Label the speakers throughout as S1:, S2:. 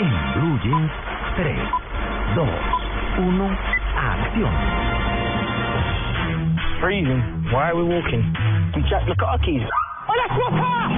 S1: incluye 3, 2, 1, acción.
S2: Freezing. Why are we walking? We checked the car keys.
S3: ¡Hola, Cuapa!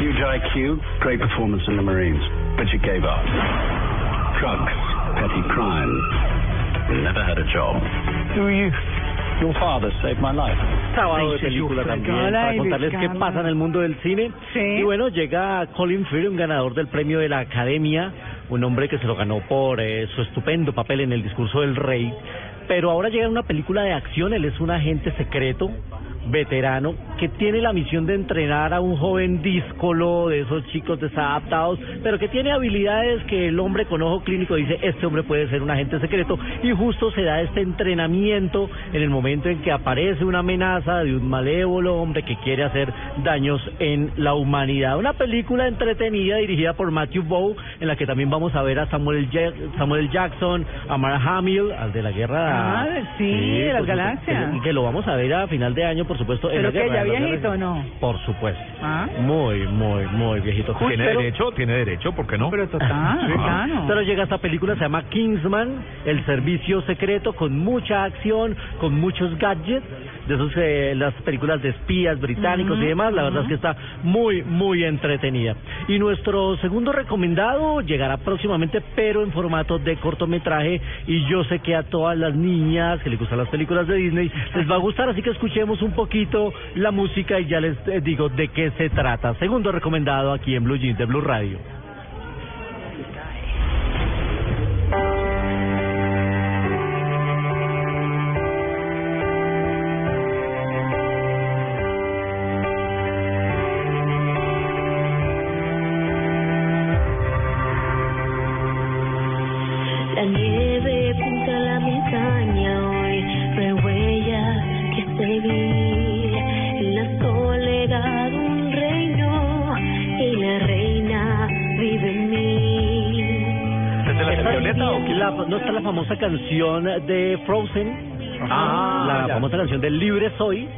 S4: Huge IQ, great performance in the Marines, but you gave up. Drugs, petty crime, never had a job.
S2: Who are you?
S4: Your father saved my life.
S5: sábado de
S2: Ay, se
S5: película
S2: sufre,
S5: también
S2: cara
S5: para
S2: de
S5: contarles qué
S2: descarga.
S5: pasa en el mundo del cine.
S3: Sí.
S5: Y bueno, llega Colin Firth, un ganador del premio de la Academia, un hombre que se lo ganó por eh, su estupendo papel en El discurso del rey. Pero ahora llega una película de acción, él es un agente secreto veterano que tiene la misión de entrenar a un joven díscolo de esos chicos desadaptados, pero que tiene habilidades que el hombre con ojo clínico dice, este hombre puede ser un agente secreto, y justo se da este entrenamiento en el momento en que aparece una amenaza de un malévolo hombre que quiere hacer daños en la humanidad. Una película entretenida dirigida por Matthew Bow, en la que también vamos a ver a Samuel, Ja- Samuel Jackson, a Mark Hamill, al de la guerra...
S3: Ah, sí, de las
S5: por supuesto,
S3: galaxias.
S5: que- que lo vamos a ver a final de año, por supuesto. en
S3: ¿Pero
S5: la
S3: qué,
S5: guerra
S3: ya
S5: de las
S3: viejito o no?
S5: Por supuesto.
S3: Ah.
S5: Muy, muy, muy viejito.
S1: Tiene
S5: Pero-
S1: derecho, tiene derecho, ¿por qué no? Ah.
S3: Pero total, claro.
S5: Pero llega esta película, se llama Kingsman, el servicio secreto, con mucha acción, con muchos gadgets, de esos, eh, las películas de espías británicos y demás, la verdad es que está muy, muy entretenida. Y nuestro segundo recomendado llegará próximamente, pero en formato de cortometraje, y yo sé que a todas las niñas que les gustan las películas de Disney les va a gustar, así que escuchemos un poquito la música y ya les eh, digo de qué se trata. Segundo recomendado aquí en Blue Jeans de Blue Radio.
S6: La nieve pinta la montaña hoy, rehuella que se vi. En la soledad un reino y la reina vive en mí.
S5: ¿Está la- no está la famosa canción de Frozen.
S1: Ah,
S4: Ah,
S5: la famosa canción de Libre Soy.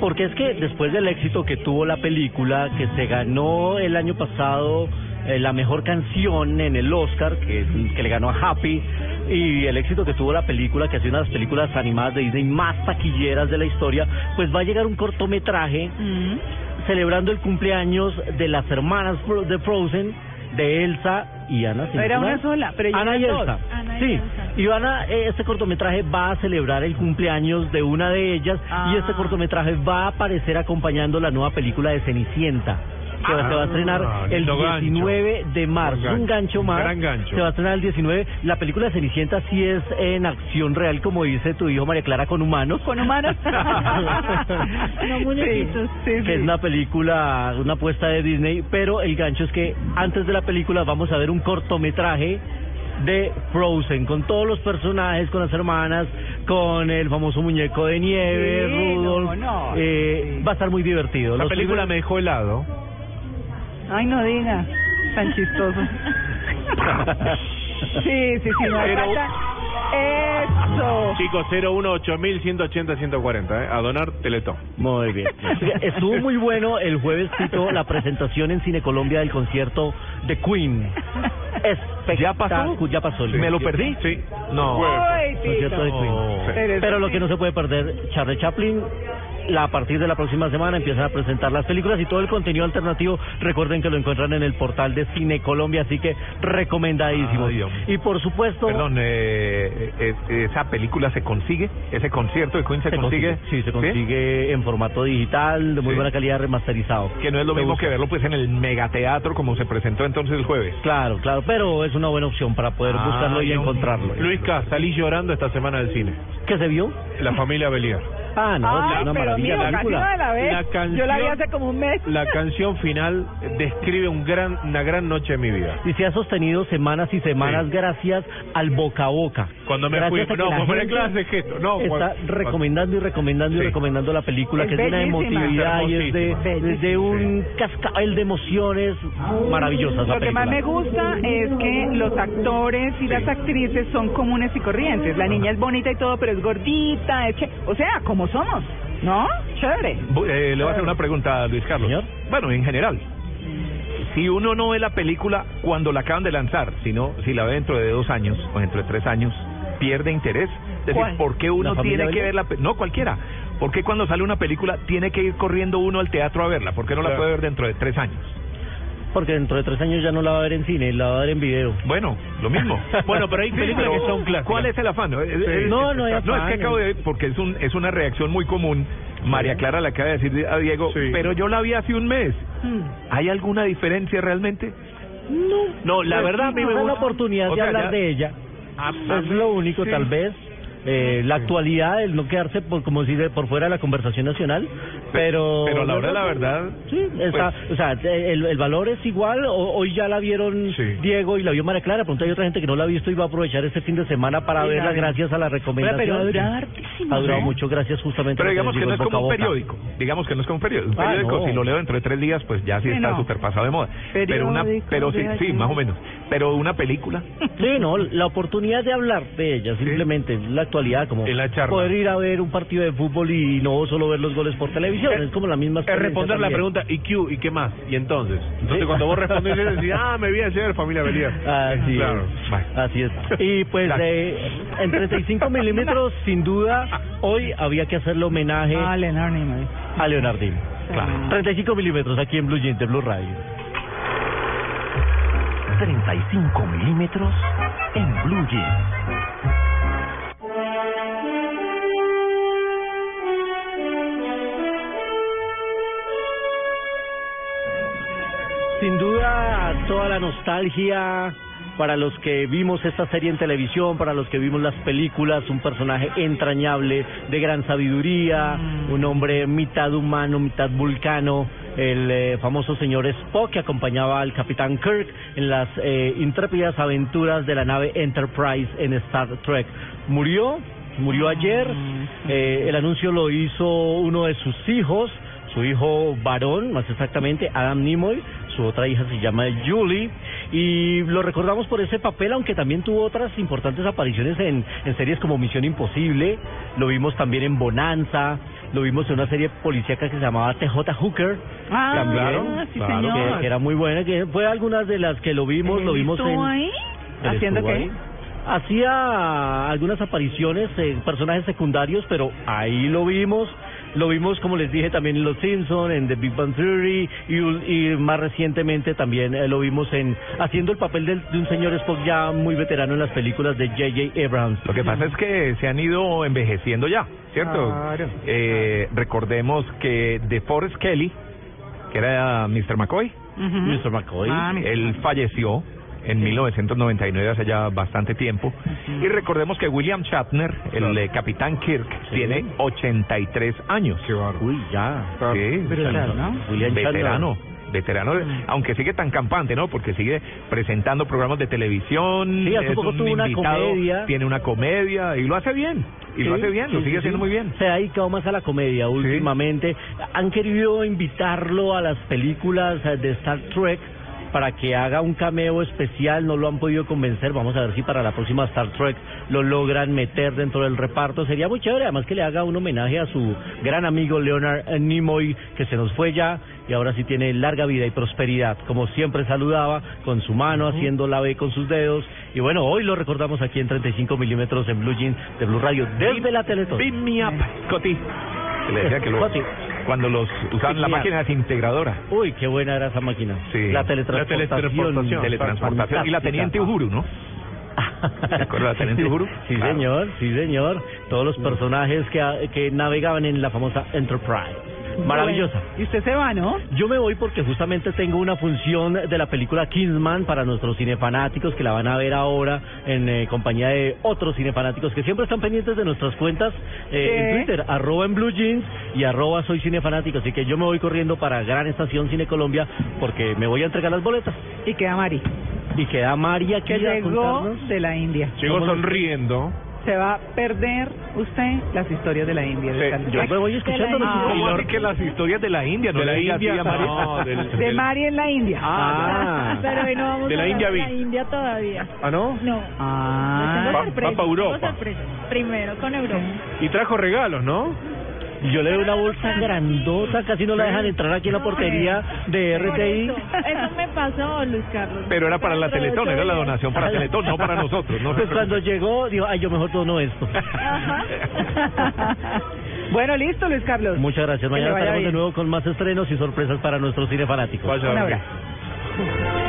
S5: Porque es que después del éxito que tuvo la película, que se ganó el año pasado eh, la mejor canción en el Oscar, que, que le ganó a Happy, y el éxito que tuvo la película, que ha sido una de las películas animadas de Disney más taquilleras de la historia, pues va a llegar un cortometraje
S3: Mm.
S5: celebrando el cumpleaños de las hermanas Fro- de Frozen, de Elsa y Ana. ¿sí me
S3: Era una
S5: acuerdas?
S3: sola, pero ya
S5: Ana y
S3: eran dos.
S5: Elsa.
S6: Ana y
S5: sí.
S6: Elsa.
S5: Y Ana, eh, este cortometraje va a celebrar el cumpleaños de una de ellas
S3: Ah.
S5: y este cortometraje va a aparecer acompañando la nueva película de Cenicienta. Que
S1: Ah,
S5: se va a estrenar el
S1: lindo gancho.
S5: 19 de marzo.
S1: gancho,
S5: un gancho
S1: un
S5: más.
S1: gran gancho.
S5: Se va a estrenar el 19. La película de Cenicienta sí es en acción real, como dice tu hijo María Clara, con humanos.
S3: Con humanos.
S5: No,
S3: muñequitos. Sí, sí,
S5: que es
S3: sí.
S5: una película, una apuesta de Disney, pero el gancho es que antes de la película vamos a ver un cortometraje de Frozen, con todos los personajes, con las hermanas, con el famoso muñeco de nieve,
S3: Sí,
S5: Rudolph.
S3: no, no,
S5: eh,
S3: sí.
S5: Va a estar muy divertido.
S1: La
S5: Los
S1: película me
S5: primeros-
S1: dejó helado.
S3: Ay, no digas. Tan chistoso. Sí, sí, sí. No hace
S1: Pero-
S3: falta. Eso.
S1: Chicos, 018 180 140, ¿eh? A donar Teletón.
S5: Muy bien. Estuvo muy bueno el jueves, Tito, la presentación en Cine Colombia del concierto de Queen. Espectacu-
S1: ¿Ya pasó?
S5: Ya pasó. el
S1: ¿Me lo
S5: concierto.
S1: perdí? Sí. No.
S3: Ay,
S5: Concierto de
S3: Tito.
S5: Queen.
S3: Pero-
S5: Pero lo que no se puede perder, Charlie Chaplin, la, a partir de la próxima semana empiezan a presentar las películas y todo el contenido alternativo. Recuerden que lo encuentran en el portal de Cine Colombia, así que recomendadísimo.
S1: Ay, Dios.
S5: y por supuesto,
S7: Perdón, eh, eh, eh, esa película se consigue, ese concierto de Queen se,
S5: se consigue, sí, se consigue en formato digital, de muy
S7: Sí.
S5: buena calidad, remasterizado.
S7: Que no es lo
S5: Se
S7: mismo
S5: busca.
S7: que verlo pues en el megateatro como se presentó entonces el jueves.
S5: Claro, claro, pero es una buena opción para poder
S7: Ah,
S5: buscarlo y
S7: yo-
S5: encontrarlo.
S1: Luis K, salí llorando esta semana del cine.
S5: ¿Qué se vio?
S1: La familia Beliar.
S5: Ah, no,
S3: Ay,
S5: es una
S3: pero
S5: maravilla la
S3: amigo, casi
S5: película.
S3: no la ves.
S1: La canción-
S3: Yo la vi hace como un mes.
S1: La canción final describe un gran, una gran noche de mi vida.
S5: y se ha sostenido semanas y semanas
S1: Sí.
S5: gracias al boca a boca.
S1: Cuando me
S5: gracias
S1: fui-
S5: a que
S1: no,
S5: la
S1: fue por el
S5: gente
S1: clase de gesto, no, fue-
S5: está recomendando y recomendando y
S1: Sí.
S5: recomendando la película,
S3: Es
S5: que es de una
S3: bellísima.
S5: emotividad y es de,
S1: Es
S3: hermosísima.
S5: es de un cascabel de emociones maravillosas. La
S3: Lo que más me
S5: película.
S3: gusta es que los actores y las actrices son comunes y corrientes. La niña es bonita y todo, pero es gordita, es que, o sea, como somos, ¿no? Chévere.
S7: Bu- eh, le voy a hacer una pregunta a Luis Carlos.
S5: Señor.
S7: Bueno, en general. Si uno no ve la película cuando la acaban de lanzar, sino si la ve dentro de dos años o dentro de tres años, pierde interés. Es decir,
S3: ¿Cuál?
S7: ¿por qué uno
S5: ¿La familia
S7: tiene que
S5: Belén?
S7: ver la pe- No, cualquiera. ¿Por qué cuando sale una película tiene que ir corriendo uno al teatro a verla? ¿Por qué no la
S1: Claro.
S7: puede ver dentro de tres años?
S5: Porque dentro de tres años ya no la va a ver en cine, la va a ver en video.
S7: Bueno, lo mismo.
S1: Bueno, pero hay películas que son clásicas.
S7: ¿Cuál es el afán? Eh, eh,
S5: No, no hay
S7: No, es
S5: afán.
S7: que acabo de porque es, un, es una reacción muy común. María Clara le acaba de decir a Diego,
S1: Sí.
S7: pero yo la vi hace un mes.
S5: Hmm.
S3: Mm.
S7: ¿Hay alguna diferencia realmente?
S1: No, la
S5: Pues,
S1: verdad a mí me
S5: nos dan la
S1: gusta.
S5: oportunidad
S7: o
S5: de
S7: sea,
S5: hablar
S7: ya-
S5: de ella.
S1: A- a
S5: Es
S1: mí-
S5: lo único,
S1: sí.
S5: tal vez. eh, la actualidad, el no quedarse por, como si de, por fuera de la conversación nacional, pero...
S7: Pero a la hora de la verdad,
S5: Sí, está-
S7: Pues-
S5: o sea, el, el valor es igual. o- hoy ya la vieron
S1: Sí.
S5: Diego y la vio María Clara. Pronto hay otra gente que no la ha visto y va a aprovechar este fin de semana para
S3: Sí, la
S5: verla
S3: vi.
S5: gracias a la
S3: Pero,
S5: recomendación.
S3: pero ha durado hartísimo. ¿eh?
S5: Ha durado
S3: ¿no?
S5: mucho, gracias justamente.
S7: pero
S5: a lo
S7: digamos que
S5: les
S7: no es
S5: digo, el boca
S7: como un
S5: a boca.
S7: periódico. Digamos que no es como un periódico. Un
S5: Ah,
S7: periódico,
S5: no.
S7: si lo leo dentro de tres días, pues ya sí
S3: Sí,
S7: está
S3: no.
S7: súper pasado de moda. Pero una,
S3: Periódico
S7: pero sí,
S3: de
S7: sí,
S3: ayer.
S7: más o menos. Pero una película.
S5: Sí, no, la oportunidad de hablar de ella, simplemente es la actualidad, como
S1: En la charla.
S5: poder ir a ver un partido de fútbol y no solo ver los goles por televisión,
S7: Eh,
S5: es como la misma
S1: Es
S5: experiencia
S1: responder la
S5: también.
S1: pregunta, ¿y Q? ¿Y qué más? Y entonces. Entonces,
S5: Sí.
S1: cuando vos respondés, eso, decís, ah, me vi ayer, familia Belier.
S5: Así
S1: Claro. Ah.
S5: es. Así es. Y pues
S1: Claro.
S5: eh, en 35 milímetros, sin duda, hoy había que hacerle homenaje
S3: Ah, Leonardo Nimoy.
S5: a Leonardino. 35 milímetros aquí en Blue Jean de Blue Radio.
S8: 35 milímetros en Blue Jeans.
S5: Sin duda, toda la nostalgia para los que vimos esta serie en televisión, para los que vimos las películas, un personaje entrañable, de gran sabiduría, un hombre mitad humano, mitad vulcano, el eh, famoso señor Spock que acompañaba al capitán Kirk en las eh, intrépidas aventuras de la nave Enterprise en Star Trek. Murió, murió ayer, eh, el anuncio lo hizo uno de sus hijos, su hijo varón, más exactamente, Adam Nimoy, su otra hija se llama Julie, y lo recordamos por ese papel, aunque también tuvo otras importantes apariciones en, en series como Misión Imposible, lo vimos también en Bonanza, lo vimos en una serie policíaca que se llamaba TJ Hooker,
S3: Ah,
S5: También,
S3: sí,
S1: claro,
S5: que,
S3: señor.
S5: que era muy buena, que fue algunas de las que lo vimos,
S3: ¿Él
S5: lo vimos
S3: estuvo
S5: en...
S3: ahí?
S5: Él
S3: ¿Haciendo
S5: estuvo
S3: qué?
S5: ahí. Hacía algunas apariciones, eh, personajes secundarios, pero ahí lo vimos. Lo vimos, como les dije, también en Los Simpson, en The Big Bang Theory y, un- y más recientemente también eh, lo vimos en haciendo el papel del- de un señor Spock ya muy veterano en las películas de J.J. Abrams.
S7: Lo que pasa es que se han ido envejeciendo ya, ¿cierto?
S3: Claro.
S7: Eh, Recordemos que de Forrest Kelly, que era Mr. McCoy,
S3: Ujú.
S5: Mr. McCoy.
S3: Ah, Mr.
S7: él falleció en 1999, hace ya bastante tiempo. Y recordemos que William Shatner, el eh, capitán Kirk, tiene 83 años.
S5: Uy, ya.
S7: Sí,
S3: Brutal, ¿no?
S5: William Shatner.
S7: veterano. Veterano, aunque sigue tan campante, ¿no? Porque sigue presentando programas de televisión.
S5: Sí, hace
S7: es
S5: poco
S7: un
S5: tuvo una
S7: invitado,
S5: comedia.
S7: Tiene una comedia y lo hace bien. Y lo
S5: Sí,
S7: hace bien, lo
S5: sí,
S7: sigue
S5: sí,
S7: haciendo
S5: sí.
S7: muy bien.
S5: Se ha dedicado más a la comedia últimamente. Han querido invitarlo a las películas eh, de Star Trek para que haga un cameo especial, no lo han podido convencer, vamos a ver si para la próxima Star Trek lo logran meter dentro del reparto, sería muy chévere, además que le haga un homenaje a su gran amigo Leonard eh, Nimoy, que se nos fue ya y ahora sí tiene larga vida y prosperidad, como siempre saludaba, con su mano, haciendo la B con sus dedos, y bueno, hoy lo recordamos aquí en 35 milímetros en Blue Jeans de Blue Radio, desde la Teletón.
S7: Beat me up, Scotty. Que le decía que lo-
S5: Scotty.
S7: cuando los usaban
S5: Beat me
S7: la
S5: up.
S7: máquina desintegradora.
S5: Uy, qué buena era esa máquina.
S7: Sí.
S5: La teletransportación.
S1: La teletransportación.
S7: Teletransportación. Y la teniente Uhuru, ¿no? ¿Te acuerdas de la Teniente Uhuru?
S5: Sí,
S7: Claro.
S5: señor, sí, señor. Todos los personajes que, que navegaban en la famosa Enterprise. Maravillosa.
S3: Bueno, Y usted se va, ¿no?
S5: Yo me voy porque justamente tengo una función de la película Kingsman para nuestros cinefanáticos que la van a ver ahora en eh, compañía de otros cinefanáticos que siempre están pendientes de nuestras cuentas eh,
S3: Sí.
S5: en Twitter, arroba en Blue Jeans y arroba soy cinefanático. Así que yo me voy corriendo para Gran Estación Cine Colombia porque me voy a entregar las boletas.
S3: Y queda Mari,
S5: Y queda María aquí
S3: que
S5: a
S3: llegó
S5: contarnos.
S3: de la India.
S1: Llegó sonriendo.
S3: Se va a perder usted las historias de la India. de
S1: Sí,
S3: Carlos.
S5: Yo me voy escuchando.
S3: De la
S5: ¿no?
S3: India.
S7: ¿Cómo así que las historias de la India? No
S1: De la
S7: le digas así
S1: India,
S7: a María.
S1: no, del-
S3: De Mari en la India.
S5: Ah.
S9: Pero
S3: eh,
S9: hoy no vamos
S1: De la
S9: a hablar
S1: India
S9: de la
S1: vi.
S9: India todavía.
S1: ¿Ah, no?
S9: No.
S3: Ah.
S9: Tengo
S1: Va-
S9: sorpresa,
S1: va pa' Europa.
S9: tengo sorpresa. Primero con Europa.
S1: Y trajo regalos, ¿no?
S5: Yo le doy una bolsa grandota, casi no la dejan entrar aquí en la portería de RTI.
S9: Eso me pasó, Luis Carlos.
S7: Pero era para la
S9: Dentro de
S7: Teletón,
S9: ocho
S7: era la
S9: días.
S7: donación para Teletón, no para nosotros. No se
S5: Pues cuando
S7: preocupe.
S5: llegó, dijo, ay, yo mejor dono esto. Ah.
S3: bueno, listo, Luis Carlos.
S5: Muchas gracias.
S3: Que le
S5: Mañana
S3: vaya
S5: estaremos de
S3: bien.
S5: nuevo con más estrenos y sorpresas para nuestros cinefanáticos.
S7: Vaya,
S3: Un
S7: hombre.
S3: abrazo.